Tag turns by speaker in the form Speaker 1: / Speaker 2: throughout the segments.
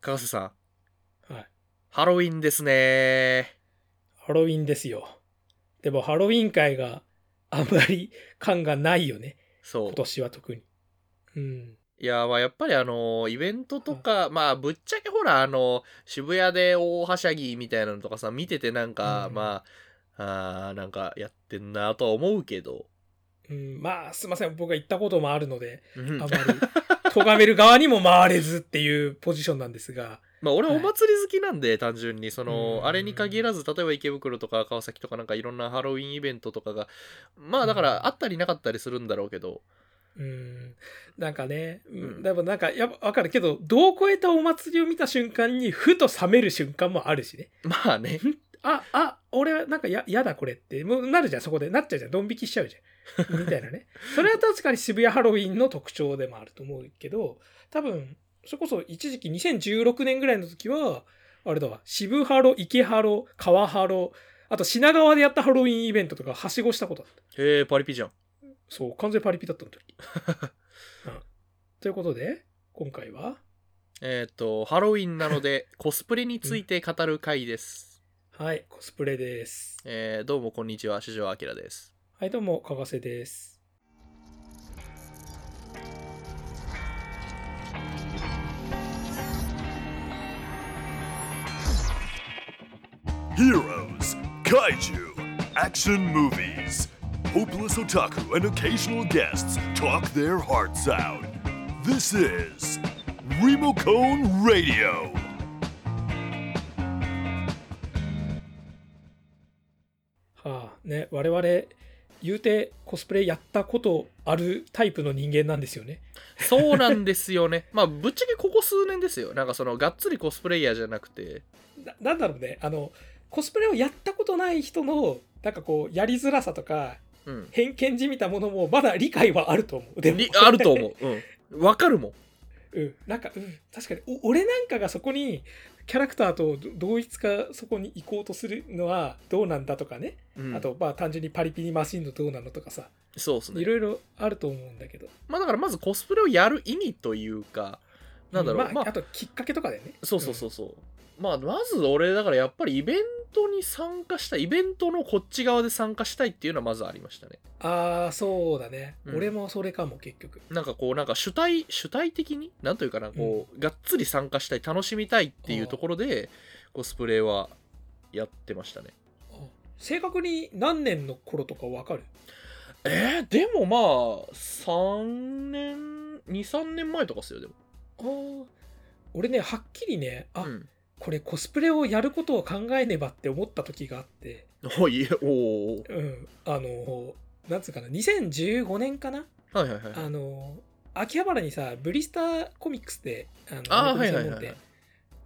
Speaker 1: 川瀬さん、
Speaker 2: はい。
Speaker 1: ハロウィンですね。
Speaker 2: ハロウィンですよ。でもハロウィン会があんまり 感がないよね。
Speaker 1: そう
Speaker 2: 今。年は特に。うん。
Speaker 1: いや、まあやっぱりあの、イベントとか、まあぶっちゃけほら、あの、渋谷で大はしゃぎみたいなのとかさ、見ててなんか、
Speaker 2: うん
Speaker 1: まあ、あーなんかやってんなとは思うけど。
Speaker 2: うん、まあ、すいません。僕は行ったこともあるので、
Speaker 1: うん
Speaker 2: あんまり、 咎める側にも回れずっていうポジションなんですが、
Speaker 1: まあ俺
Speaker 2: はい
Speaker 1: お祭り好きなんで単純にその
Speaker 2: うん
Speaker 1: あれに限らず例えば池袋とか川崎とかなんかいろんなハロウィンイベントとかがまあだか
Speaker 2: う
Speaker 1: ら
Speaker 2: ん
Speaker 1: あったりなかったりするんだろうけど
Speaker 2: うん、なんかね、うん
Speaker 1: うん
Speaker 2: でもなんか、やっぱわかるけど、度を超えたお祭りを見た瞬間に、ふと冷める瞬間もあるしね。
Speaker 1: まあ ね
Speaker 2: あ、あ、俺はなんかや、やだこれって、もうなるじゃん、そこで。なっちゃうじゃん、ドン引きしちゃうじゃん。みたいなね。それは確かに渋谷ハロウィンの特徴でもあると思うけど、多分、それこそ一時期2016年ぐらいの時は、あれだわ、渋ハロ、池ハロ、川ハロ、あと品川でやったハロウィンイベントとか、はしごしたことあった。
Speaker 1: へえパリピじゃん
Speaker 2: そう、完全パリピだったの時。うんということで、今回は、
Speaker 1: えっとハロウィンなので コスプレについて語る回です
Speaker 2: はい、コスプレです。
Speaker 1: えーどうもこんにちは四条明です
Speaker 2: はい、どうも、かがせです。
Speaker 3: Heroes, kaiju, action movies. Hopeless otaku and occasional guests talk their hearts out. This is Remocone Radio.
Speaker 2: はあ、ね、我々、言うてコスプレやったことあるタイプの人間なんですよね。
Speaker 1: そうなんですよね まあぶっちゃけここ数年ですよなんかそのがっつりコスプレイヤーじゃなくて
Speaker 2: ななんだろうね、あの、コスプレをやったことない人の、なんかこう、やりづらさとか、
Speaker 1: うん
Speaker 2: 偏見じみたものも、まだ理解はあると思う。でも
Speaker 1: りあると思ううんわかるもん
Speaker 2: うん、なんか、うん、確かにお俺なんかがそこにキャラクターとど同一化そこに行こうとするのはどうなんだとかね、
Speaker 1: うん
Speaker 2: あとまあ単純にパリピニマシンのどうなのとかさ
Speaker 1: そうっすね
Speaker 2: いろいろあると思うんだけど
Speaker 1: まあだからまずコスプレをやる意味というか、なんだろう、
Speaker 2: まあ
Speaker 1: まあ、
Speaker 2: あときっかけとかだよね
Speaker 1: そうそうそうそう。まあまず俺だからやっぱりイベントに参加したい、イベントのこっち側で参加したいっていうのはまずありましたね。
Speaker 2: うんああそうだね、
Speaker 1: うん
Speaker 2: 俺もそれかも結局
Speaker 1: なんかこうなんか主体、主体的に、なんというかな、こう、がっつり参加したい、楽しみたいっていうところで、コスプレはやってましたね。
Speaker 2: あ正確に何年の頃とかわかる
Speaker 1: えー、でもまあ、3年、2、3年前とかっすよ、でも。
Speaker 2: あー俺ねはっきりねあ、
Speaker 1: うん。
Speaker 2: これコスプレをやることを考えねばって思った時があって
Speaker 1: おいえ、おーおー
Speaker 2: うんあのなんつうかな2015年かな
Speaker 1: はいはいはい。
Speaker 2: あの秋葉原にさブリスターコミックスであの
Speaker 1: あー
Speaker 2: アメコミ専門店
Speaker 1: はいはいはいはい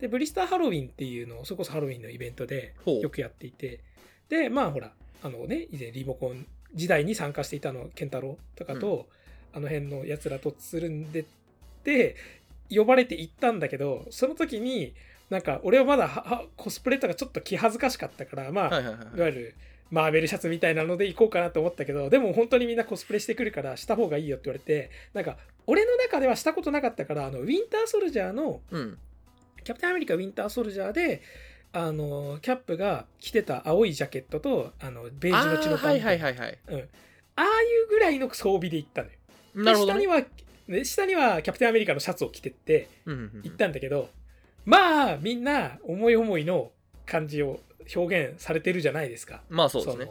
Speaker 2: でブリスターハロウィンっていうのをそれこそハロウィンのイベントで
Speaker 1: ほう
Speaker 2: よくやっていてでまあほらあのね以前リモコン時代に参加していたのケンタロウとかと、あの辺のやつらとつるんでって呼ばれて行ったんだけどその時になんか俺はまだははコスプレとかちょっと気恥ずかしかったからまあ、
Speaker 1: はいはいはいはい
Speaker 2: いわゆるマーベルシャツみたいなので行こうかなと思ったけどでも本当にみんなコスプレしてくるからした方がいいよって言われてなんか俺の中ではしたことなかったからあのウィンターソルジャーの
Speaker 1: うん。
Speaker 2: キャプテンアメリカウィンターソルジャーであのキャップが着てた青いジャケットとあのベージュのチノ
Speaker 1: あー
Speaker 2: パン
Speaker 1: は
Speaker 2: み
Speaker 1: いは
Speaker 2: たい
Speaker 1: い
Speaker 2: な
Speaker 1: はいはい。
Speaker 2: ああいうぐらいの装備で行ったのよ。で
Speaker 1: なるほど、
Speaker 2: 下
Speaker 1: ね
Speaker 2: に。はね下にはキャプテンアメリカのシャツを着てって
Speaker 1: うんうんうん
Speaker 2: 行ったんだけど、まあみんな思い思いの感じを表現されてるじゃないですか。
Speaker 1: まあそうですね。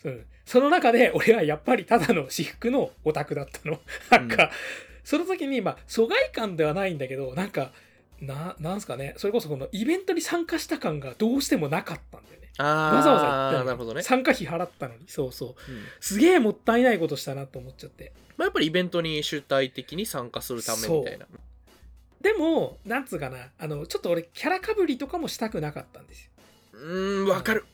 Speaker 2: そのうんその中で俺はやっぱりただの私服のオタクだったのなんか、その時にまあ疎外感ではないんだけどなんかななんすかねそれこそこのイベントに参加した感がどうしてもなかったんだよね
Speaker 1: ああ、
Speaker 2: わざわざ行ったのに
Speaker 1: なるほどね。
Speaker 2: 参加費払ったのにそうそう
Speaker 1: うん
Speaker 2: すげえもったいないことしたなと思っちゃって
Speaker 1: まあ、やっぱりイベントに主体的に参加するためみたいな。
Speaker 2: でもなんつうかなあのちょっと俺キャラかぶりとかもしたくなかったんですよ
Speaker 1: うーん、わかる。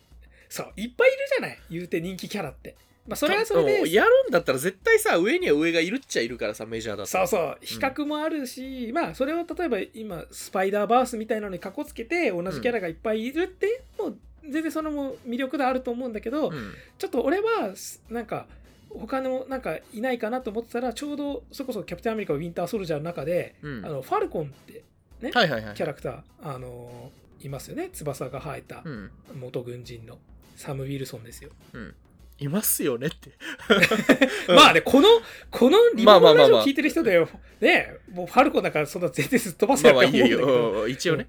Speaker 2: そういっぱいいるじゃない言うて人気キャラってまあそれはそれ
Speaker 1: た
Speaker 2: で
Speaker 1: もうやるんだったら絶対さ、上には上がいるっちゃいるからさ、メジャーだと。
Speaker 2: そうそう比較もあるし、まあそれは例えば今スパイダーバースみたいなのにかこつけて同じキャラがいっぱいいるって、もう全然そのも魅力であると思うんだけど、
Speaker 1: うん
Speaker 2: ちょっと俺はすなんか他のなんかいないかなと思ってたらちょうどそれこそキャプテンアメリカウィンターソルジャーの中で、
Speaker 1: うん
Speaker 2: あのファルコンってね、
Speaker 1: はいはいはい
Speaker 2: キャラクター、あのーいますよね翼が生えた
Speaker 1: うん
Speaker 2: 元軍人のサム・ウィルソンですよ、
Speaker 1: うんいますよねって うん
Speaker 2: まあねこのこのリ
Speaker 1: ま
Speaker 2: モ
Speaker 1: あま
Speaker 2: コ
Speaker 1: あまあ
Speaker 2: ンラジ
Speaker 1: まあ
Speaker 2: オ聞いてる人だよ、ねもうファルコンだからそんな全然すっ飛ばせ
Speaker 1: ま
Speaker 2: な
Speaker 1: あ
Speaker 2: い
Speaker 1: まあ
Speaker 2: と思う
Speaker 1: いい
Speaker 2: ん
Speaker 1: よい
Speaker 2: だけ
Speaker 1: い
Speaker 2: ど、
Speaker 1: ようん一応ね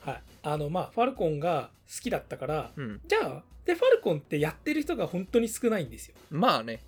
Speaker 2: はい、あのまあファルコンが好きだったから
Speaker 1: うん
Speaker 2: じゃあでファルコンってやってる人が本当に少ないんですよ、
Speaker 1: まあね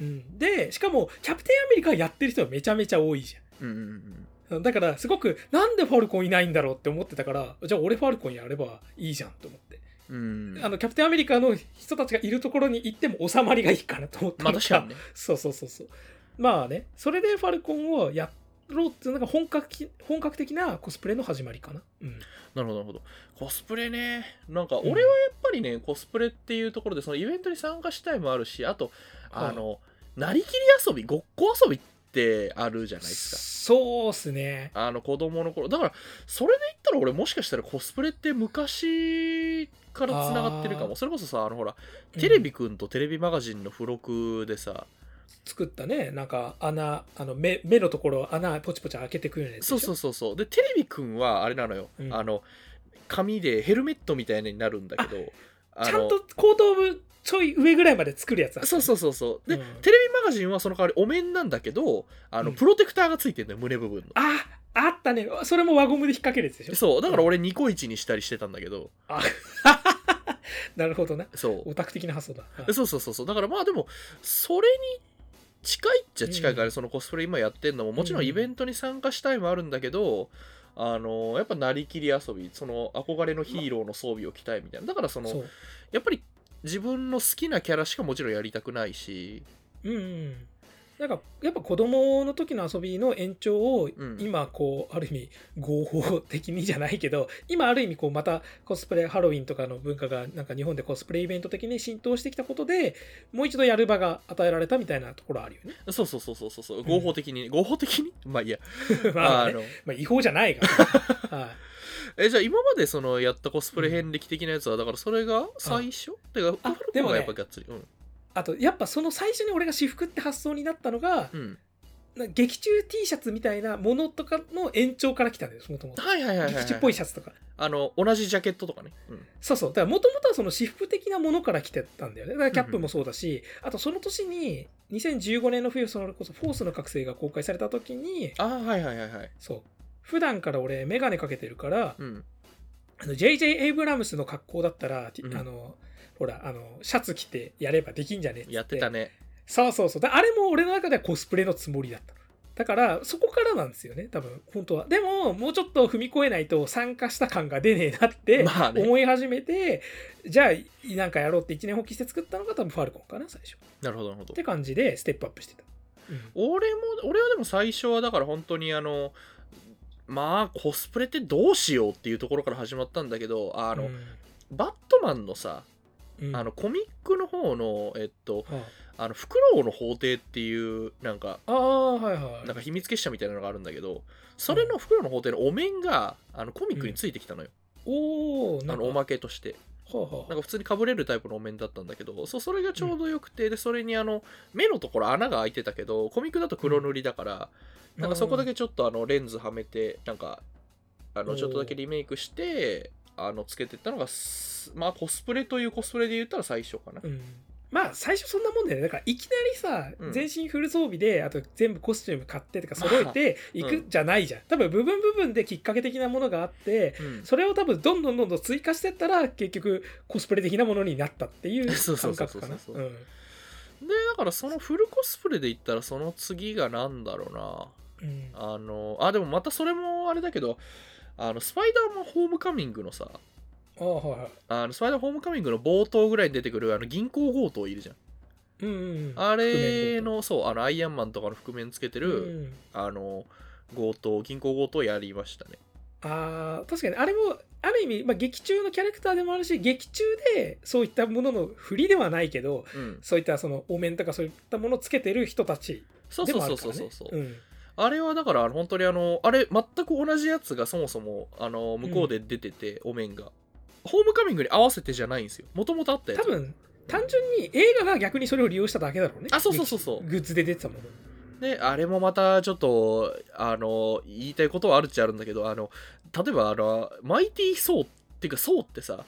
Speaker 2: うん、でしかもキャプテンアメリカやってる人はめちゃめちゃ多いじゃん
Speaker 1: うんうんうん
Speaker 2: うんだからすごくなんでファルコンいないんだろうって思ってたからじゃあ俺ファルコンやればいいじゃんと思って、
Speaker 1: うん
Speaker 2: あのキャプテンアメリカの人たちがいるところに行っても収まりがいいかなと思った
Speaker 1: まあ
Speaker 2: の
Speaker 1: 確かにね
Speaker 2: そうそうそうそうまあねそれでファルコンをやろうっていうのが本格き本格的なコスプレの始まりかな、うん、
Speaker 1: なるほどなるほどコスプレねなんか俺はやっぱりね、コスプレっていうところでそのイベントに参加したいもあるしあと
Speaker 2: はい
Speaker 1: あの、なりきり遊びごっこ遊びってあるじゃないですか
Speaker 2: そうっすね
Speaker 1: あの子供の頃だからそれで言ったら俺もしかしたらコスプレって昔からつながってるか
Speaker 2: あー
Speaker 1: もそれこそさあのほら
Speaker 2: うん
Speaker 1: テレビくんとテレビマガジンの付録でさ、
Speaker 2: 作ったねなんか穴あの目目のところ穴ポチポチ開けてくるやつでし
Speaker 1: そ
Speaker 2: ょ
Speaker 1: うそうそうそうでテレビくんはあれなのよ、
Speaker 2: うん
Speaker 1: あの紙でヘルメットみたいになるんだけどあ
Speaker 2: ちゃ
Speaker 1: の
Speaker 2: んと後頭部ちょい上ぐらいまで作るやつある
Speaker 1: そうそうそうそうで、
Speaker 2: うん
Speaker 1: テレビマガジンはその代わりお面なんだけどあの、
Speaker 2: うん
Speaker 1: プロテクターがついてるのよ胸部分の
Speaker 2: ああったねそれも輪ゴムで引っ掛けるやつでしょ
Speaker 1: そうだから俺ニコイチにしたりしてたんだけど
Speaker 2: なるほどな
Speaker 1: そ
Speaker 2: オタク的な発想だ、は
Speaker 1: う
Speaker 2: い
Speaker 1: そうそうそうそうだからまあでもそれに近いっちゃ近いから、
Speaker 2: うん
Speaker 1: そのコスプレ今やってんのももちろ
Speaker 2: うんん
Speaker 1: イベントに参加したいもあるんだけど、あのやっぱなりきり遊びその憧れのヒーローの装備を着たいみたいなだからその
Speaker 2: そう
Speaker 1: やっぱり自分の好きなキャラしかもちろんやりたくないし
Speaker 2: うんうんなんかやっぱ子供の時の遊びの延長を
Speaker 1: ん
Speaker 2: 今こうある意味合法的にじゃないけど今ある意味こうまたコスプレハロウィンとかの文化がなんか日本でコスプレイベント的に浸透してきたことでもう一度やる場が与えられたみたいなところあるよ ね。
Speaker 1: そうそうそうそうそうそう合法的に、合法的に まあいいや、
Speaker 2: まあ
Speaker 1: あ
Speaker 2: ね
Speaker 1: の
Speaker 2: まあ、違法じゃないから、はい
Speaker 1: えじゃあ今までそのやったコスプレ遍歴的なやつはだからそれが最初、てか
Speaker 2: あ
Speaker 1: ファルコ
Speaker 2: で
Speaker 1: ン
Speaker 2: も
Speaker 1: が
Speaker 2: ね
Speaker 1: やっぱがっつり、
Speaker 2: あとやっぱその最初に俺が私服って発想になったのが、
Speaker 1: うん、うん、
Speaker 2: な劇中 T シャツみたいなものとかの延長から来たんだよそもともと
Speaker 1: はいはいはいはい、
Speaker 2: 劇中っぽいシャツとか
Speaker 1: あの同じジャケットとかね、うん、
Speaker 2: そうそうだからもともとはその私服的なものから来てたんだよねだからキャップもそうだし、あとその年に2015年の冬それこそ「フォースの覚醒」が公開された時に
Speaker 1: ああはいはいはいはい
Speaker 2: そう普段から俺眼鏡かけてるから
Speaker 1: うん
Speaker 2: あの JJ エイブラムスの格好だったら、
Speaker 1: うん
Speaker 2: あのほらあのシャツ着てやればできんじゃねっつ
Speaker 1: やってたね
Speaker 2: そうそうそう。だあれも俺の中ではコスプレのつもりだった。だから、そこからなんですよね、多分、本当は。でも、もうちょっと踏み越えないと参加した感が出ねえなって
Speaker 1: まあね
Speaker 2: 思い始めて、じゃあ、なんかやろうって一年放棄して作ったのが多分ファルコンかな、最初。っ
Speaker 1: なるほどなるほど
Speaker 2: て感じで、ステップアップしてた。うん
Speaker 1: 俺も俺はでも最初はだから本当にあのまあコスプレってどうしようっていうところから始まったんだけどあの、バットマンのさ
Speaker 2: うん
Speaker 1: あの、コミックの方のえっと
Speaker 2: は
Speaker 1: あのフクロウの法廷っていうなんか
Speaker 2: ああー、はいはい。
Speaker 1: なんか秘密結社みたいなのがあるんだけどそれのフクロウの法廷のお面があのコミックについてきたのよ、
Speaker 2: おー、な
Speaker 1: あ
Speaker 2: んか
Speaker 1: のおまけとして
Speaker 2: はあはあ
Speaker 1: なんか普通にかぶれるタイプのお面だったんだけどそうそれがちょうどよくてでそれにあの目のところ穴が開いてたけどコミックだと黒塗りだからなんかそこだけちょっとあのレンズはめてなんかあ
Speaker 2: お
Speaker 1: の
Speaker 2: ー
Speaker 1: ちょっとだけリメイクしてあのつけてったのがすまあコスプレというコスプレで言ったら最初かな
Speaker 2: うんまあ最初そんなもんだよねだからいきなりさ、
Speaker 1: うん
Speaker 2: 全身フル装備であと全部コスチューム買ってとか揃えていく
Speaker 1: うん
Speaker 2: じゃないじゃん、多分部分部分できっかけ的なものがあって
Speaker 1: うん
Speaker 2: それを多分どんどんどんどん追加してったら結局コスプレ的なものになったってい う
Speaker 1: そうそ
Speaker 2: 感
Speaker 1: うそうそう
Speaker 2: 覚かな
Speaker 1: そう
Speaker 2: う
Speaker 1: そうんでだからそのフルコスプレで言ったらその次がなんだろうな
Speaker 2: うん
Speaker 1: あのあでもまたそれもあれだけどあのスパイダーマンホームカミングのさ
Speaker 2: ああはいはい
Speaker 1: あのスパイダーマンホームカミングの冒頭ぐらいに出てくるあの銀行強盗いるじゃん
Speaker 2: うんうんうん
Speaker 1: あれのそうあのアイアンマンとかの覆面つけて
Speaker 2: 覆面強盗
Speaker 1: る、
Speaker 2: うん
Speaker 1: あの強盗銀行強盗をやりましたね
Speaker 2: あー確かにあれもある意味、まあ、劇中のキャラクターでもあるし劇中でそういったものの振りではないけど、
Speaker 1: うん
Speaker 2: そういったそのお面とかそういったものをつけてる人たち
Speaker 1: そう
Speaker 2: で
Speaker 1: そう
Speaker 2: もあ
Speaker 1: そう
Speaker 2: るか
Speaker 1: そ
Speaker 2: ら
Speaker 1: うそう
Speaker 2: ね
Speaker 1: そう。
Speaker 2: うん
Speaker 1: あれはだからあの本当にあのあれ全く同じやつがそもそもあの向こうで出てて、お面がホームカミングに合わせてじゃないんですよもともとあったやつ
Speaker 2: 多分単純に映画が逆にそれを利用しただけだろうね
Speaker 1: あそうそうそうそう
Speaker 2: 劇グッズで出てたもの
Speaker 1: であれもまたちょっとあの言いたいことはあるっちゃあるんだけどあの例えばあのマイティー・ソーっていうかソーってさ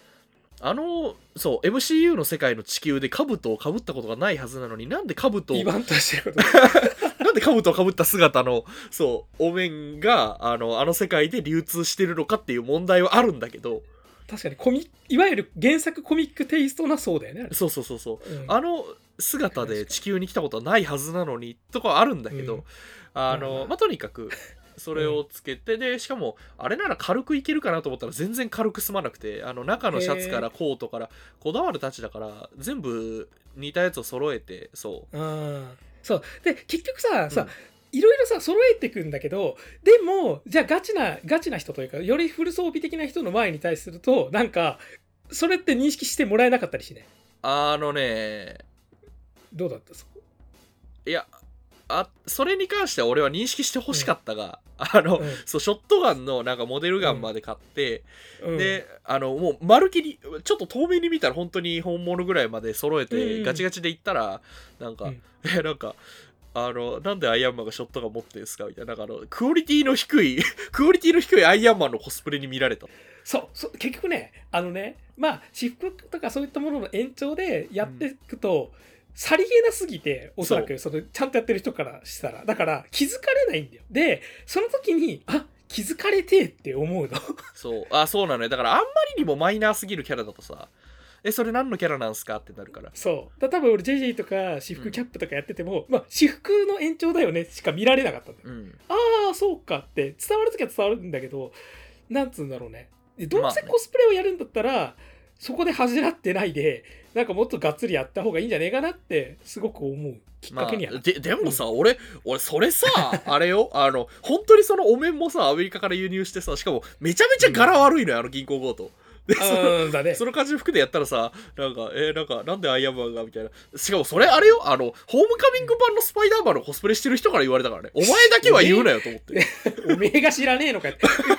Speaker 1: あのそう MCU の世界の地球で兜をかぶったことがないはずなのになんで兜を
Speaker 2: リバンとしてること
Speaker 1: なんで兜をかぶった姿のそうお面があのあの世界で流通してるのかっていう問題はあるんだけど
Speaker 2: 確かにコミいわゆる原作コミックテイストなそうだよねあれ
Speaker 1: そうそうそうそう
Speaker 2: うん
Speaker 1: あの姿で地球に来たことはないはずなのにとかはあるんだけど、
Speaker 2: うん
Speaker 1: あ
Speaker 2: まあま
Speaker 1: の
Speaker 2: あ
Speaker 1: まあとにかくそれをつけて、でしかもあれなら軽くいけるかなと思ったら全然軽く済まなくてあの中のシャツからコートからこだわるたちだから全部似たやつを揃えてそ
Speaker 2: うんそうで結局さ
Speaker 1: う
Speaker 2: さ、
Speaker 1: うん
Speaker 2: いろいろさ揃えていくんだけどでもじゃあガチなガチな人というかよりフル装備的な人の前に対するとなんかそれって認識してもらえなかったりしね
Speaker 1: あのね
Speaker 2: どうだったそこ
Speaker 1: いやあそれに関しては俺は認識してほしかったが、あの、
Speaker 2: うん
Speaker 1: そうショットガンのなんかモデルガンまで買って、
Speaker 2: うん
Speaker 1: であのもう丸切りちょっと遠目に見たら本当に本物ぐらいまで揃え
Speaker 2: う
Speaker 1: て
Speaker 2: ん
Speaker 1: ガチガチで行ったらなんか、
Speaker 2: うん
Speaker 1: えなんかあのなんでアイアンマンがショットガン持ってるんですかみたいななんかあのクオリティの低い クオリティの低いアイアンマンのコスプレに見られた
Speaker 2: そうそう結局ねあのねまあ私服とかそういったものの延長でやっていくと、さりげなすぎておそらくそのちゃんとやってる人からしたらだから気づかれないんだよでその時にあ気づかれてえって思うの
Speaker 1: そうあそうなのよだからあんまりにもマイナーすぎるキャラだとさえそれ何のキャラなんすかってなるから
Speaker 2: そうだ多分俺 JJ とか私服キャップとかやってても、まあ私服の延長だよねしか見られなかったんだよ
Speaker 1: うん
Speaker 2: ああそうかって伝わる時は伝わるんだけどなんつうんだろうねでどう
Speaker 1: まあ
Speaker 2: せ
Speaker 1: ね
Speaker 2: コスプレをやるんだったら、そこで恥じらってないでなんかもっとがっつりやった方がいいんじゃねえかなってすごく思うきっ
Speaker 1: ま
Speaker 2: か
Speaker 1: あ、
Speaker 2: けにはなった、
Speaker 1: ででもさ、俺俺それ さあれよあの本当にそのお面もさアメリカから輸入してさしかもめちゃめちゃ柄悪いのよ、あの銀行強盗でその
Speaker 2: うんだね
Speaker 1: その感じの服でやったらさなんかえーなんかなんでアイアンマンがみたいなしかもそれあれよあのホームカミング版のスパイダーマンのコスプレしてる人から言われたからねお前だけは言うなよと思って、
Speaker 2: おめえが知らねえのかよ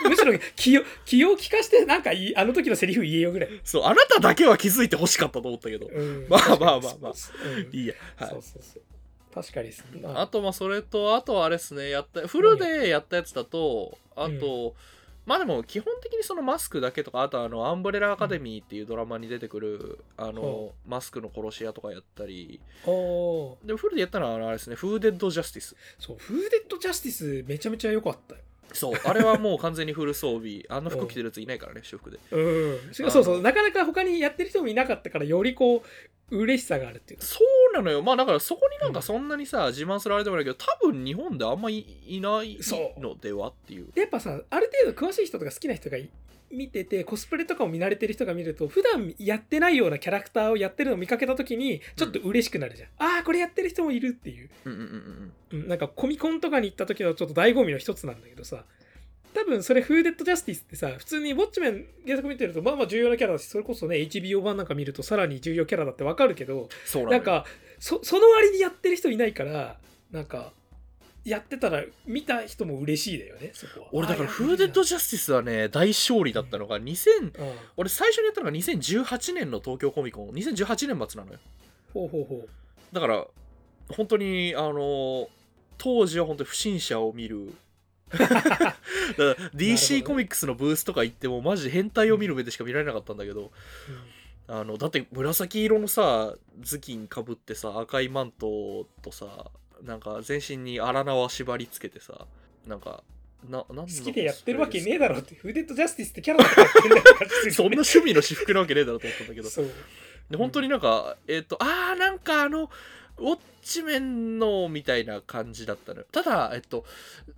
Speaker 2: むしろ気を気を利かしてなんかいいあの時のセリフ言えよぐらい、
Speaker 1: そうあなただけは気づいてほしかったと思ったけど
Speaker 2: うん
Speaker 1: まあまあまあまあ
Speaker 2: うん
Speaker 1: いいや、はい
Speaker 2: そうそうそう確かにすま
Speaker 1: あとまあそれとあとはあれですねやったフルでやったやつだとあと、まあでも基本的にそのマスクだけとかあとあのアンブレラアカデミーっていうドラマに出てくるあの
Speaker 2: ほ
Speaker 1: マスクの殺し屋とかやったり
Speaker 2: おー
Speaker 1: でフルでやったのはあのあれですねフーデッドジャスティス
Speaker 2: そうフーデッドジャスティスめちゃめちゃ良かったよ
Speaker 1: そうあれはもう完全にフル装 備あんな服着てるやついないからね修復で
Speaker 2: うん、しか
Speaker 1: あ
Speaker 2: も
Speaker 1: の
Speaker 2: そうそうなかなか他にやってる人もいなかったからよりこう嬉しさがあるっていうか
Speaker 1: そうなのよまあだからそこになんかそんなにさ自慢するあれでもないけど多分日本であんまいいない
Speaker 2: そう
Speaker 1: のではっていう
Speaker 2: でやっぱさある程度詳しい人とか好きな人がい見ててコスプレとかを見慣れてる人が見ると普段やってないようなキャラクターをやってるのを見かけた時にちょっと嬉しくなるじゃん、ああこれやってる人もいるっていう、
Speaker 1: うんうんうんうん
Speaker 2: うん、なんかコミコンとかに行った時のちょっと醍醐味の一つなんだけどさ多分それフーデッドジャスティスってさ普通にウォッチメン原作見てるとまあまあ重要なキャラだしそれこそね HBO 版なんか見るとさらに重要キャラだってわかるけど、
Speaker 1: そうなの
Speaker 2: な
Speaker 1: よ
Speaker 2: んかそその割にやってる人いないからなんかやってたら見た人も嬉しいだよねそこは
Speaker 1: 俺だか
Speaker 2: あ
Speaker 1: らフーデッド・ジャスティスはね大勝利だったのが2000
Speaker 2: やってんだうん
Speaker 1: 俺最初にやったのが2018年の東京コミコン2018年末なのよ
Speaker 2: ほうほうほう
Speaker 1: だから本当にあの当時は本当に不審者を見る だから
Speaker 2: なる
Speaker 1: DC
Speaker 2: ほど
Speaker 1: コミックスのブースとか行ってもマジ変態を見る目でしか見られなかったんだけどあのだって紫色のさ頭巾かぶってさ赤いマントとさなんか全身に荒縄縛りつけてさなんかななん好
Speaker 2: 好きでやってるわけねえだろってフーデッドジャスティスってキャラだからやってんだから別に
Speaker 1: そんな 趣味の私服なわけねえだろうと思ったんだけ ど
Speaker 2: そう
Speaker 1: で本当になんかえっ、とあーなんかあのウォッチメンのみたいな感じだったのよただえっと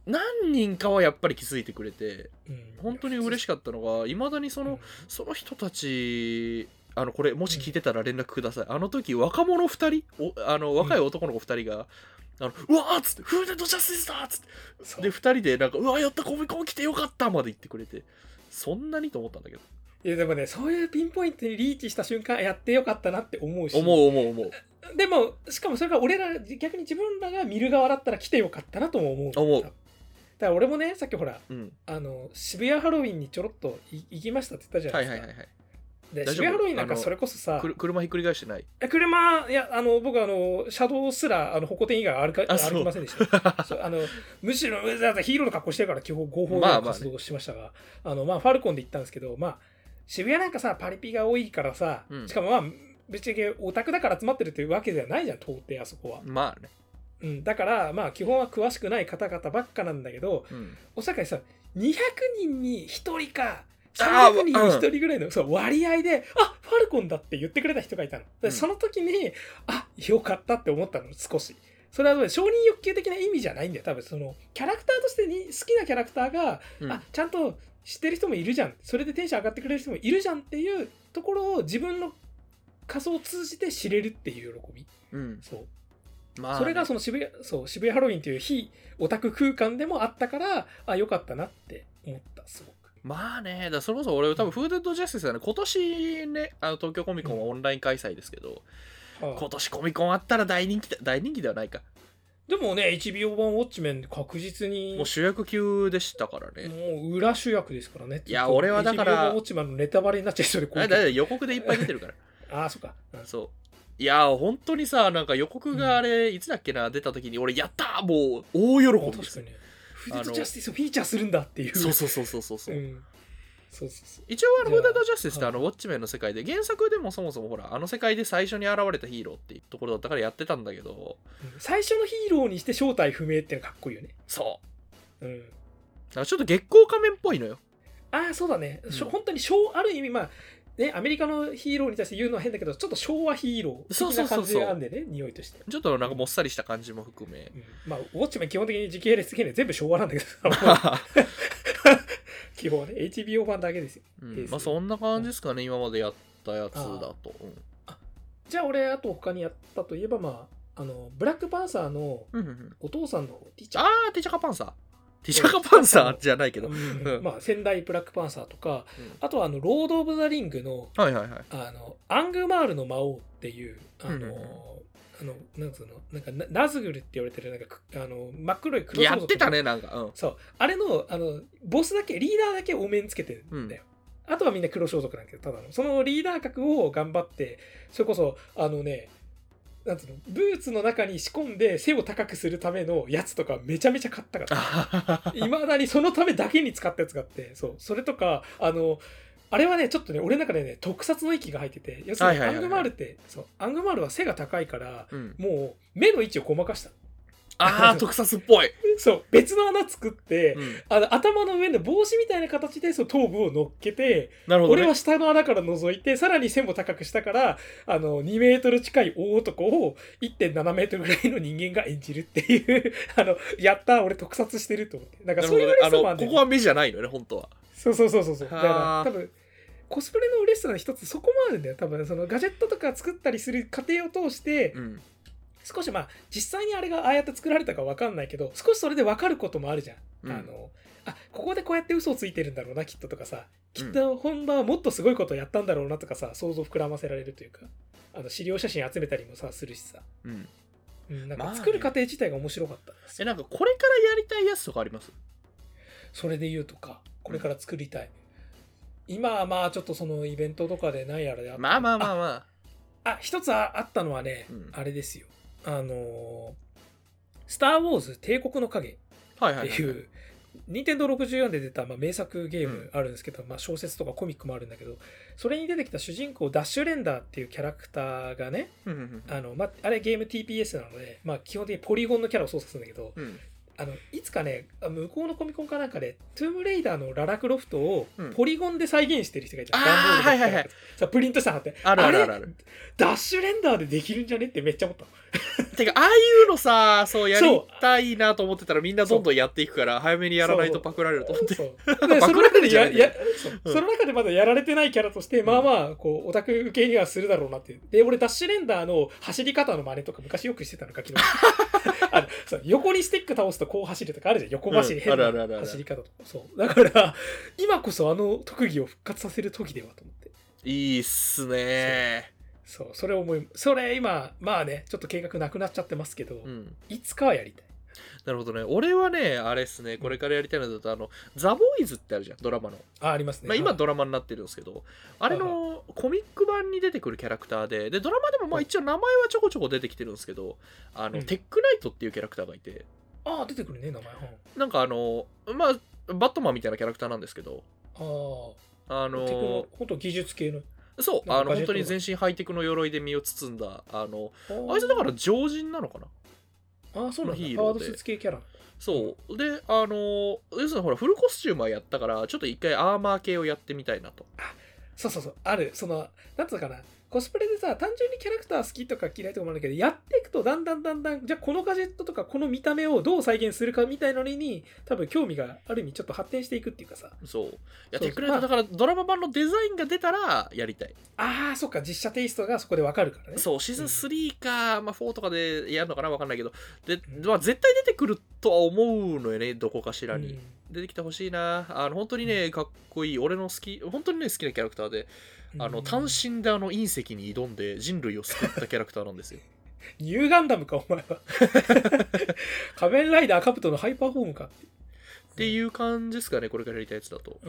Speaker 1: 何人かはやっぱり気づいてくれて
Speaker 2: うん
Speaker 1: 本当に嬉しかったのがいまだにその、
Speaker 2: うん
Speaker 1: その人たちあのこれもし聞いてたら連絡ください、あの時若者2人おあの若い男の子2人が「あのうわ!」っつって「フーデッドジャスティスだ!」っつって
Speaker 2: そう
Speaker 1: で2人でなんか「うわやったコミコン来てよかった!」まで言ってくれてそんなにと思ったんだけど
Speaker 2: いやでもねそういうピンポイントにリーチした瞬間やってよかったなって思うし
Speaker 1: 思う思う思う
Speaker 2: でもしかもそれが俺ら逆に自分らが見る側だったら来てよかったなとも思う
Speaker 1: 思う
Speaker 2: だから俺もねさっきほら
Speaker 1: うん
Speaker 2: あの渋谷ハロウィンにちょろっとい行きましたって言ったじゃな
Speaker 1: はいいはい
Speaker 2: ですか、
Speaker 1: はいはい
Speaker 2: で
Speaker 1: 大丈夫
Speaker 2: 渋谷ハロウィンなん
Speaker 1: あ
Speaker 2: か
Speaker 1: の
Speaker 2: それこそさ
Speaker 1: くる車ひっくり返して ない
Speaker 2: え車いやあの僕あの車道すらあの歩行天以外歩か
Speaker 1: あそう
Speaker 2: 歩きません でしたそうあのむしろわざわざヒーローの格好してるから基本合法
Speaker 1: まあま
Speaker 2: な
Speaker 1: あね
Speaker 2: 活動をしてましたが、あのまあファルコンで行ったんですけど、まあ、渋谷なんかさパリピが多いからさ、
Speaker 1: うん
Speaker 2: しかもまあぶっちゃけオタクだから集まってるというわけではないじゃん到底あそこは、
Speaker 1: まあね、
Speaker 2: うん、だからまあ基本は詳しくない方々ばっかなんだけど
Speaker 1: うん、
Speaker 2: おさかいさ200人に1人か
Speaker 1: あー
Speaker 2: 300人に1人ぐらいのそう割合で「あファルコンだ」って言ってくれた人がいたの
Speaker 1: う
Speaker 2: で
Speaker 1: ん
Speaker 2: その時に、あよかったって思ったの少しそれは承認欲求的な意味じゃないんだよ多分そのキャラクターとしてに好きなキャラクターが、
Speaker 1: うん
Speaker 2: あちゃんと知ってる人もいるじゃんそれでテンション上がってくれる人もいるじゃんっていうところを自分の仮想を通じて知れるっていう喜び
Speaker 1: うん、
Speaker 2: そう
Speaker 1: まあね、
Speaker 2: それがその渋谷そう渋谷ハロウィンという非オタク空間でもあったからあ良かったなって思ったすごく
Speaker 1: まあね、だからそれこそ俺、多分フードジャスティスはね、今年ね、あの東京コミコンはオンライン開催ですけど、
Speaker 2: あ
Speaker 1: 今年コミコンあったら大人気だ、大人気ではないか。
Speaker 2: でもね HBO 版ウォッチメン確実に
Speaker 1: もう主役級でしたからね。
Speaker 2: もう裏主役ですからね
Speaker 1: いや俺はだから
Speaker 2: HBO 版ウォッチメンのネタバレになっちゃいそうで
Speaker 1: あ
Speaker 2: 怖
Speaker 1: れ
Speaker 2: い
Speaker 1: だいたい予告でいっぱい出てるから。
Speaker 2: ああそっかうん
Speaker 1: そう。いやー、本当にさ、なんか予告があれ、いつだっけな、出た時に、俺、やったーもう、大喜びで
Speaker 2: 確か
Speaker 1: す。
Speaker 2: にねフードジャスティスをフィーチャーするんだっていう
Speaker 1: そうそうそうそうそうそう。
Speaker 2: うんそうそうそう
Speaker 1: 一応あの
Speaker 2: じゃ
Speaker 1: フ
Speaker 2: あ
Speaker 1: ーダダ・ジャスティスってあ
Speaker 2: はい
Speaker 1: のウォッチメンの世界で原作でもそもそもほらあの世界で最初に現れたヒーローっていうところだったからやってたんだけど
Speaker 2: うん最初のヒーローにして正体不明っていうのかっこいいよね
Speaker 1: そ
Speaker 2: うん
Speaker 1: うなんかちょっと月光仮面っぽいのよ
Speaker 2: ああそうだね、しょ
Speaker 1: うん
Speaker 2: 本当に昭ある意味まあねアメリカのヒーローに対して言うのは変だけどちょっと昭和ヒーロー
Speaker 1: そう
Speaker 2: 的
Speaker 1: そうそ
Speaker 2: な
Speaker 1: うそ
Speaker 2: 感
Speaker 1: う
Speaker 2: じがあるんでね匂いとして、
Speaker 1: ちょっとなんかもっさりした感じも含 め
Speaker 2: うんまあウォッチマン基本的に時系列的には全部昭和なん だけど基本はね HBO 版だけですよ
Speaker 1: うんまあそんな感じですかね今までやったやつだとうん
Speaker 2: じゃあ俺あと他にやったといえばまああのブラックパンサーの
Speaker 1: うんうんうん
Speaker 2: お父さんのおじいちゃん
Speaker 1: あーティチャカパンサーティチャカパンサーじゃないけど
Speaker 2: う
Speaker 1: は
Speaker 2: んまあ、仙台ブラックパンサーとか、
Speaker 1: うん
Speaker 2: あとはあのロード・オブ・ザ・リングの
Speaker 1: いはいはい
Speaker 2: あのアングマールの魔王っていうあの、
Speaker 1: うんうんうん
Speaker 2: あのなんつうのなんかナナズグルって言われてるなんかくあの真っ黒い黒
Speaker 1: や
Speaker 2: 装束
Speaker 1: ってたねなんかうん
Speaker 2: そうあれのあのボスだけリーダーだけお面つけてんだよ、あとはみんな黒装束なんだけどただのそのリーダー格を頑張ってそれこそあのねなんつうのブーツの中に仕込んで背を高くするためのやつとかめちゃめちゃ買ったから
Speaker 1: あはははい
Speaker 2: まだにそのためだけに使ったやつがあってそうそれとかあのあれはねちょっとね俺の中でね特撮の域が入ってて要するに
Speaker 1: はい
Speaker 2: ア
Speaker 1: はいはいはい
Speaker 2: ングマールってそうアングマールは背が高いから
Speaker 1: うん
Speaker 2: もう目の位置をごまかした
Speaker 1: あー特撮っぽい
Speaker 2: そう別の穴作って、
Speaker 1: うん
Speaker 2: あの頭の上の帽子みたいな形でその頭部を乗っけて、
Speaker 1: なるほど
Speaker 2: 俺
Speaker 1: ね
Speaker 2: は下の穴から覗いてさらに背も高くしたからあの2メートル近い大男を1.7メートルぐらいの人間が演じるっていうあのやった俺特撮してると思ってなん
Speaker 1: な
Speaker 2: か
Speaker 1: る
Speaker 2: そ
Speaker 1: ほ
Speaker 2: う
Speaker 1: ど
Speaker 2: い
Speaker 1: ね
Speaker 2: う嬉
Speaker 1: あ
Speaker 2: しさも
Speaker 1: の
Speaker 2: あんね
Speaker 1: こ
Speaker 2: ん
Speaker 1: こは目じゃないのね本当は
Speaker 2: そうそうそうそうそう。だ
Speaker 1: は
Speaker 2: か
Speaker 1: あ
Speaker 2: ら多分コスプレの嬉しさの一つそこもあるんだよ。多分そのガジェットとか作ったりする過程を通して
Speaker 1: うん
Speaker 2: 少しまあ実際にあれがああやって作られたかわかんないけど少しそれでわかることもあるじゃん。
Speaker 1: うん
Speaker 2: あのあここでこうやって嘘をついてるんだろうなきっととかさきっと本場はもっとすごいことをやったんだろうなとかさ想像膨らませられるというかあの資料写真集めたりもさするしさ、
Speaker 1: うん
Speaker 2: うん、なん
Speaker 1: まあ
Speaker 2: か
Speaker 1: ね
Speaker 2: 作る過程自体が面白かったんです
Speaker 1: え
Speaker 2: よ、
Speaker 1: なんかこれからやりたいやつとかあります
Speaker 2: それで言うとかこれから作りたい、今はまあちょっとそのイベントとかで何やらであった
Speaker 1: まあまあまあまあ
Speaker 2: あ一つああったのはね、
Speaker 1: うん
Speaker 2: あれですよあのースター・ウォーズ帝国の影」
Speaker 1: はい
Speaker 2: っ
Speaker 1: は
Speaker 2: て、
Speaker 1: いはいいはいう
Speaker 2: 任天堂64で出た、まあ、名作ゲー
Speaker 1: うん
Speaker 2: ムあるんですけど、まあ、小説とかコミックもあるんだけどそれに出てきた主人公ダッシュレンダーっていうキャラクターがね
Speaker 1: うんうんうん
Speaker 2: あの、まあ、あれゲーム TPS なので、まあ、基本的にポリゴンのキャラを操作するんだけど
Speaker 1: うん
Speaker 2: あのいつかねあ向こうのコミコンかなんかでトゥームレイダーのララクロフトを
Speaker 1: うん
Speaker 2: ポリゴンで再現してる人がいた、
Speaker 1: あー
Speaker 2: 段ボールだった
Speaker 1: はいはいはい
Speaker 2: さプリントしたの貼って
Speaker 1: あるある
Speaker 2: れ
Speaker 1: あるある
Speaker 2: ダッシュレンダーでできるんじゃねってめっちゃ思ったの
Speaker 1: てかああいうのさそうやりたいなと思ってたらみんなどんどんやっていくから早めにやらないとパクられると思って
Speaker 2: そうでその
Speaker 1: バカ
Speaker 2: 中
Speaker 1: に
Speaker 2: で
Speaker 1: じゃな
Speaker 2: や
Speaker 1: い
Speaker 2: や
Speaker 1: う
Speaker 2: そ
Speaker 1: ん
Speaker 2: うその中でまだやられてないキャラとして、まあまあこうオタク受けにはするだろうなっていうで俺ダッシュレンダーの走り方の真似とか昔よくしてたのか 昨日あのそう横にスティック倒すとこう走るとかあるじゃん横走り、
Speaker 1: うん
Speaker 2: 変
Speaker 1: あるあるあるあ
Speaker 2: な
Speaker 1: る
Speaker 2: 走り方とかそうだから今こそあの特技を復活させる時ではと思って
Speaker 1: いいっすね
Speaker 2: そうそれを思いそれ今まあねちょっと計画なくなっちゃってますけど、
Speaker 1: うん
Speaker 2: いつかはやりたい
Speaker 1: なるほどね。俺はね、あれですね、これからやりたいのだと、あの、ザ・ボーイズってあるじゃん、ドラマの。
Speaker 2: あありますね。
Speaker 1: まあ、今
Speaker 2: はい
Speaker 1: ドラマになってるんですけど、あれのコミック版に出てくるキャラクターで、で、ドラマでもまあ一応名前はちょこちょこ出てきてるんですけど、あの、
Speaker 2: うん
Speaker 1: テックナイトっていうキャラクターがいて、
Speaker 2: ああ出てくるね名前。うん
Speaker 1: なんかあの、まあ、バットマンみたいなキャラクターなんですけど、
Speaker 2: ああ。
Speaker 1: あ
Speaker 2: テクノ
Speaker 1: の、
Speaker 2: 本当技術系の。
Speaker 1: そう、
Speaker 2: な
Speaker 1: あ
Speaker 2: んか
Speaker 1: の、
Speaker 2: ガジ
Speaker 1: 本
Speaker 2: ェット
Speaker 1: 当
Speaker 2: だ
Speaker 1: に全身ハイテクの鎧で身を包んだ、あの、
Speaker 2: あ
Speaker 1: あいつだから常人なのかな
Speaker 2: ああそうなんだ。
Speaker 1: のヒー
Speaker 2: パワ
Speaker 1: ロー
Speaker 2: ー
Speaker 1: で
Speaker 2: ドスーツ系キャラ。
Speaker 1: そう。で、あの、要するにほら、フルコスチュームはやったから、ちょっと一回アーマー系をやってみたいなと。
Speaker 2: そうそうそうあるそのなんつうのかなコスプレでさ単純にキャラクター好きとか嫌いとかもあるけどやっていくとだんだんだんだんじゃあこのガジェットとかこの見た目をどう再現するかみたいのに多分興味がある意味ちょっと発展していくっていうかさ
Speaker 1: そう。いや、
Speaker 2: そうそう
Speaker 1: テックナイトだから、ドラマ版のデザインが出たらやりたい。
Speaker 2: あーそっか実写テイストがそこでわかるからね
Speaker 1: そう、シーズン3か、まあ、4とかでやるのかなわかんないけど、で、
Speaker 2: ん
Speaker 1: まあ、絶対出てくるとは思うのよね、どこかしらに。
Speaker 2: うん
Speaker 1: 出てきてほしいな。あの、本当にね、かっこいい。俺の好き、本当にね、好きなキャラクターで、あ
Speaker 2: う
Speaker 1: の、
Speaker 2: ん
Speaker 1: 単身であの隕石に挑んで人類を救ったキャラクターなんですよ。
Speaker 2: ニューガンダムかお前は 仮面ライダーカブトのハイパーフォームか
Speaker 1: っていう感じですかね、これからやりたいやつだと。
Speaker 2: あ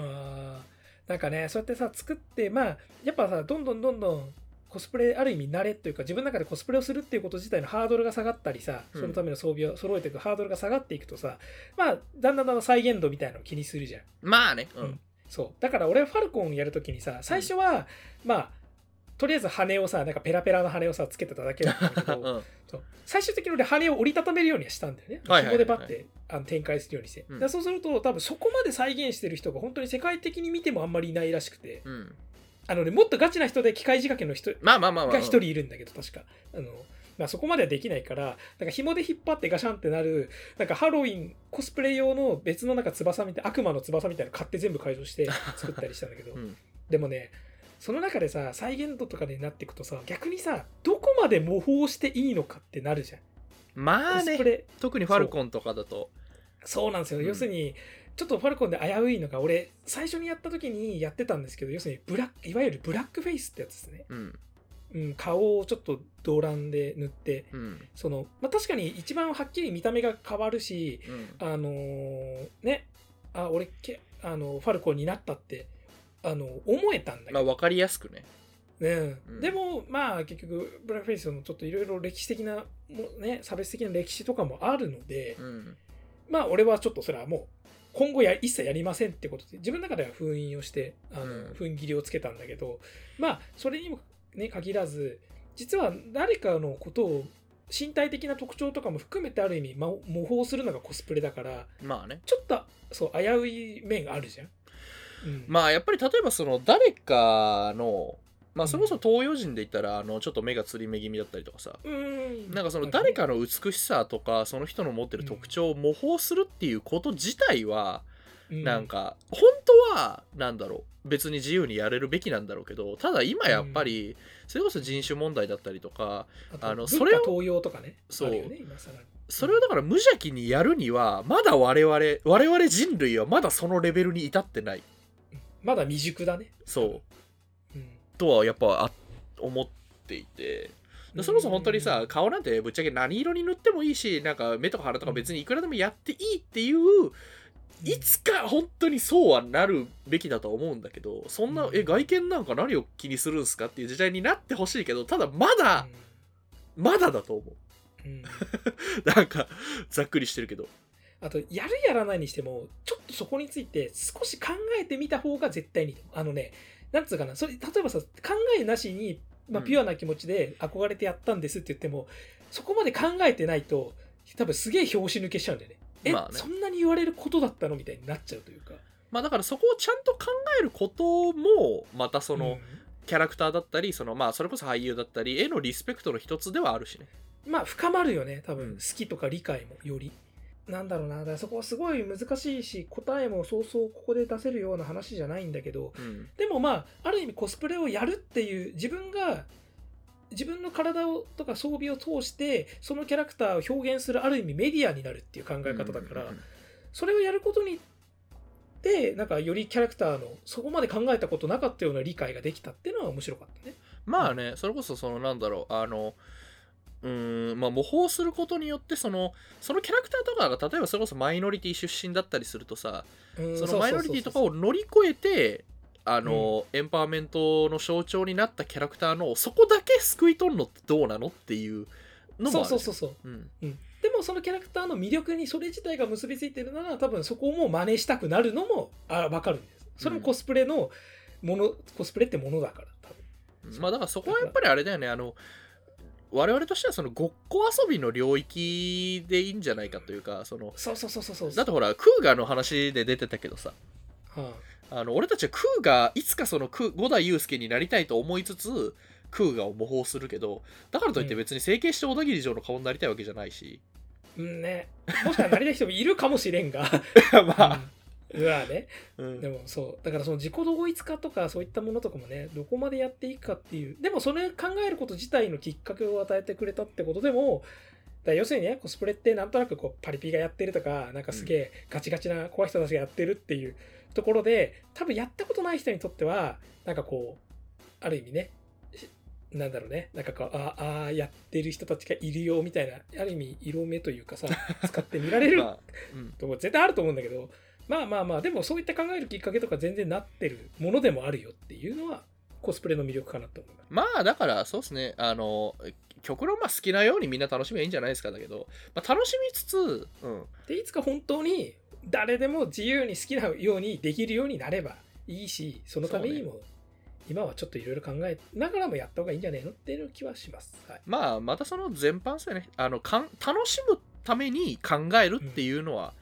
Speaker 2: ーなんかねそうやってさ作ってまあやっぱさどんどんどんどんコスプレある意味慣れというか自分の中でコスプレをするっていうこと自体のハードルが下がったりさ
Speaker 1: うん
Speaker 2: そのための装備を揃えていくハードルが下がっていくとさ、まあだんだんだんだん再現度みたいなのを気にするじゃん
Speaker 1: まあね、う
Speaker 2: うんん。そうだから俺はファルコンやるときにさ最初は、まあとりあえず羽をさなんかペラペラの羽をさつけてただけなんだけど、
Speaker 1: うん
Speaker 2: そう最終的に俺羽を折りたためるようにはしたんだよね。
Speaker 1: はい
Speaker 2: そ
Speaker 1: はいは
Speaker 2: こ
Speaker 1: いは
Speaker 2: で
Speaker 1: い
Speaker 2: バッてあの展開するようにして。
Speaker 1: うん
Speaker 2: だからそうすると多分そこまで再現してる人が本当に世界的に見てもあんまりいないらしくて、
Speaker 1: うん。
Speaker 2: あのね、もっとガチな人で機械仕掛けの人
Speaker 1: まあまあまあまあ。
Speaker 2: が一人いるんだけど確か。あのまあ、そこまではできないから、なんか紐で引っ張ってガシャンってなる、なんかハロウィンコスプレ用の別のなんか翼みたいな、悪魔の翼みたいなの買って全部改造して 作ったりしたんだけど、
Speaker 1: うん
Speaker 2: でもね、その中でさ、再現度とかになっていくとさ、逆にさ、どこまで模倣していいのかってなるじゃん。
Speaker 1: まあ
Speaker 2: コスプ
Speaker 1: ね、
Speaker 2: レ
Speaker 1: 特にファルコンとかだと。
Speaker 2: そうなんですよ、
Speaker 1: うん
Speaker 2: 要するにちょっとファルコンで危ういのが俺最初にやった時にやってたんですけど要するにブラックいわゆるブラックフェイスってやつですね、
Speaker 1: うん。
Speaker 2: うん、顔をちょっと動乱で塗って
Speaker 1: うん。
Speaker 2: その、まあ、確かに一番はっきり見た目が変わるし
Speaker 1: うん
Speaker 2: あのーねあ俺けあのファルコンになったってあの思えたんだけ
Speaker 1: まあ
Speaker 2: ど、
Speaker 1: 分かりやすくね。
Speaker 2: ね
Speaker 1: うん
Speaker 2: でもまあ結局ブラックフェイスのちょっといろいろ歴史的なもうね差別的な歴史とかもあるので、
Speaker 1: うん。
Speaker 2: まあ俺はちょっとそれはもう今後や一切やりませんってことで自分の中では封印をしてあの、
Speaker 1: うん
Speaker 2: 踏ん切りをつけたんだけどまあそれにも、ね、限らず実は誰かのことを身体的な特徴とかも含めてある意味、ま、模倣するのがコスプレだから
Speaker 1: まあね。
Speaker 2: ちょっとそう危うい面があるじゃん。うん
Speaker 1: まあやっぱり例えばその誰かの、まあそれこそ東洋人で言ったら、あの、ちょっと目がつり目気味だったりとかさ。
Speaker 2: うん
Speaker 1: なんかその誰かの美しさとかその人の持ってる特徴を模倣するっていうこと自体はなんか本当はなんだろう別に自由にやれるべきなんだろうけどただ今やっぱりそれこそ人種問題だったりとか
Speaker 2: うん
Speaker 1: あ
Speaker 2: あの
Speaker 1: の
Speaker 2: そ
Speaker 1: そ
Speaker 2: れ
Speaker 1: れ
Speaker 2: を
Speaker 1: を
Speaker 2: 東洋とかね
Speaker 1: そう
Speaker 2: あるよね今更
Speaker 1: それをだから無邪気にやるにはまだ我々我々人類はまだそのレベルに至ってない
Speaker 2: うんまだ未熟だね。
Speaker 1: そう
Speaker 2: うん
Speaker 1: とはやっぱあ思っていてでそもそも本当にさ顔なんてぶっちゃけ何色に塗ってもいいしなんか目とか鼻とか別にいくらでもやっていいっていう
Speaker 2: うん
Speaker 1: いつか本当にそうはなるべきだとは思うんだけどそんな
Speaker 2: うん
Speaker 1: え外見なんか何を気にするんすかっていう時代になってほしいけどただまだまだだと思う
Speaker 2: うんうん
Speaker 1: なんかざっくりしてるけど
Speaker 2: あと、やるやらないにしても、ちょっとそこについて少し考えてみた方が絶対にいいと思う。あのね、なんつうかな、それ、例えばさ、考えなしに、まあ、
Speaker 1: うん
Speaker 2: ピュアな気持ちで憧れてやったんですって言っても、そこまで考えてないと、多分すげえ拍子抜けしちゃうんだよね。え、
Speaker 1: まあね
Speaker 2: そんなに言われることだったのみたいになっちゃうというか。
Speaker 1: まあだからそこをちゃんと考えることもまたそ
Speaker 2: うん
Speaker 1: の、キャラクターだったりそのまあそれこそ俳優だったりへのリスペクトの一つではあるしね
Speaker 2: まあ深まるよね多
Speaker 1: うん
Speaker 2: 分好きとか理解もより、なんだろうなだからそこはすごい難しいし答えもそうそうここで出せるような話じゃないんだけど
Speaker 1: うん
Speaker 2: でもまあある意味コスプレをやるっていう自分が自分の体をとか装備を通してそのキャラクターを表現するある意味メディアになるっていう考え方だから、
Speaker 1: うん
Speaker 2: それをやることにでなんかよりキャラクターのそこまで考えたことなかったような理解ができたっていうのは面白かったね。
Speaker 1: まあねそれこそそのなんだろうあのうーんまあ模倣することによってそのそのキャラクターとかが例えばそれこそマイノリティ出身だったりするとさそのマイノリティとかを乗り越えてあの、エンパワーメントの象徴になったキャラクターのそこだけ救い取るのってどうなのっていうのも
Speaker 2: そう
Speaker 1: ある
Speaker 2: そうそうそう
Speaker 1: うん
Speaker 2: うん、でもそのキャラクターの魅力にそれ自体が結びついてるなら多分そこをもう真似したくなるのもあ分かるんですそれもコスプレのもの、コスプレってものだから多分
Speaker 1: まあだからそこはやっぱりあれだよねあの我々としてはそのごっこ遊びの領域でいいんじゃないかというかその
Speaker 2: そうそうそうそうそう
Speaker 1: だってほらクーガーの話で出てたけどさ
Speaker 2: は
Speaker 1: あの俺たちはクーガーいつかそのクー五代祐介になりたいと思いつつクーガーを模倣するけどだからといって別に整形して小田切城の顔になりたいわけじゃないし、
Speaker 2: いうんねもしかしたらなりたい人もいるかもしれんが
Speaker 1: まあ、
Speaker 2: うんうわね
Speaker 1: うん
Speaker 2: でもそうだからその自己同一化とかそういったものとかもねどこまでやっていくかっていうでもそれ考えること自体のきっかけを与えてくれたってことでもだから要するにねコスプレってなんとなくこうパリピがやってるとかなんかすげえガチガチな怖い人たちがやってるっていうところで多分やったことない人にとってはなんかこうある意味ねしなんだろうねなんかこうああーやってる人たちがいるよみたいなある意味色目というかさ使って見られる
Speaker 1: まあうん
Speaker 2: とこ絶対あると思うんだけどまあまあまあでもそういった考えるきっかけとか全然なってるものでもあるよっていうのはコスプレの魅力かなと思います。
Speaker 1: まあだからそうですねあの極論まあ好きなようにみんな楽しめばいいんじゃないですかだけど、まあ、楽しみつつ、うん、
Speaker 2: でいつか本当に誰でも自由に好きなようにできるようになればいいしそのためにも今はちょっといろいろ考えながらもやった方がいいんじゃねえのっていう気はします。はい、
Speaker 1: まあまたその全般ですよねあのかん楽しむために考えるっていうのは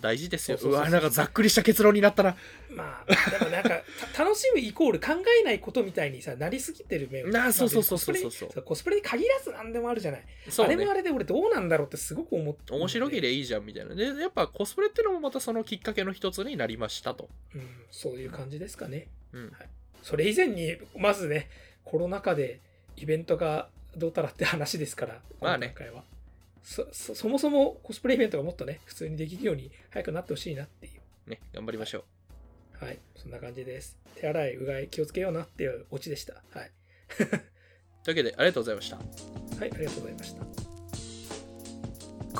Speaker 1: 大事ですよ、
Speaker 2: そううそうそうそう
Speaker 1: わなんかざっくりした結論になったな
Speaker 2: まあでもな んかた楽しむイコール考えないことみたいにさなりすぎてる面
Speaker 1: なあそうそうそうそうそうそう
Speaker 2: コスプレに限らず何でもあるじゃない、
Speaker 1: そ
Speaker 2: あ
Speaker 1: う
Speaker 2: れ
Speaker 1: ね
Speaker 2: もあれで俺どうなんだろうってすごく思って
Speaker 1: 面白けりゃいいじゃんみたいなでやっぱコスプレってのもまたそのきっかけの一つになりましたと、
Speaker 2: うん、そういう感じですかね。
Speaker 1: うん、
Speaker 2: それ以前に、まずね、コロナ禍でイベントがどうたらって話ですから、
Speaker 1: まあね
Speaker 2: 今回はそそ。そもそもコスプレイベントがもっとね、普通にできるように早くなってほしいなっていう。
Speaker 1: ね頑張りましょう
Speaker 2: はい、そんな感じです。手洗い、うがい気をつけようなっていうオチでした。はい、
Speaker 1: というわけでありがとうございました
Speaker 2: はい、ありがとうございました。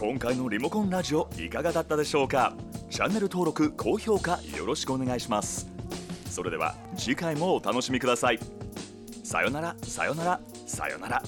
Speaker 3: 今回のリモコンラジオいかがだったでしょうかチャンネル登録高評価よろしくお願いしますそれでは次回もお楽しみくださいさよならさよならさよなら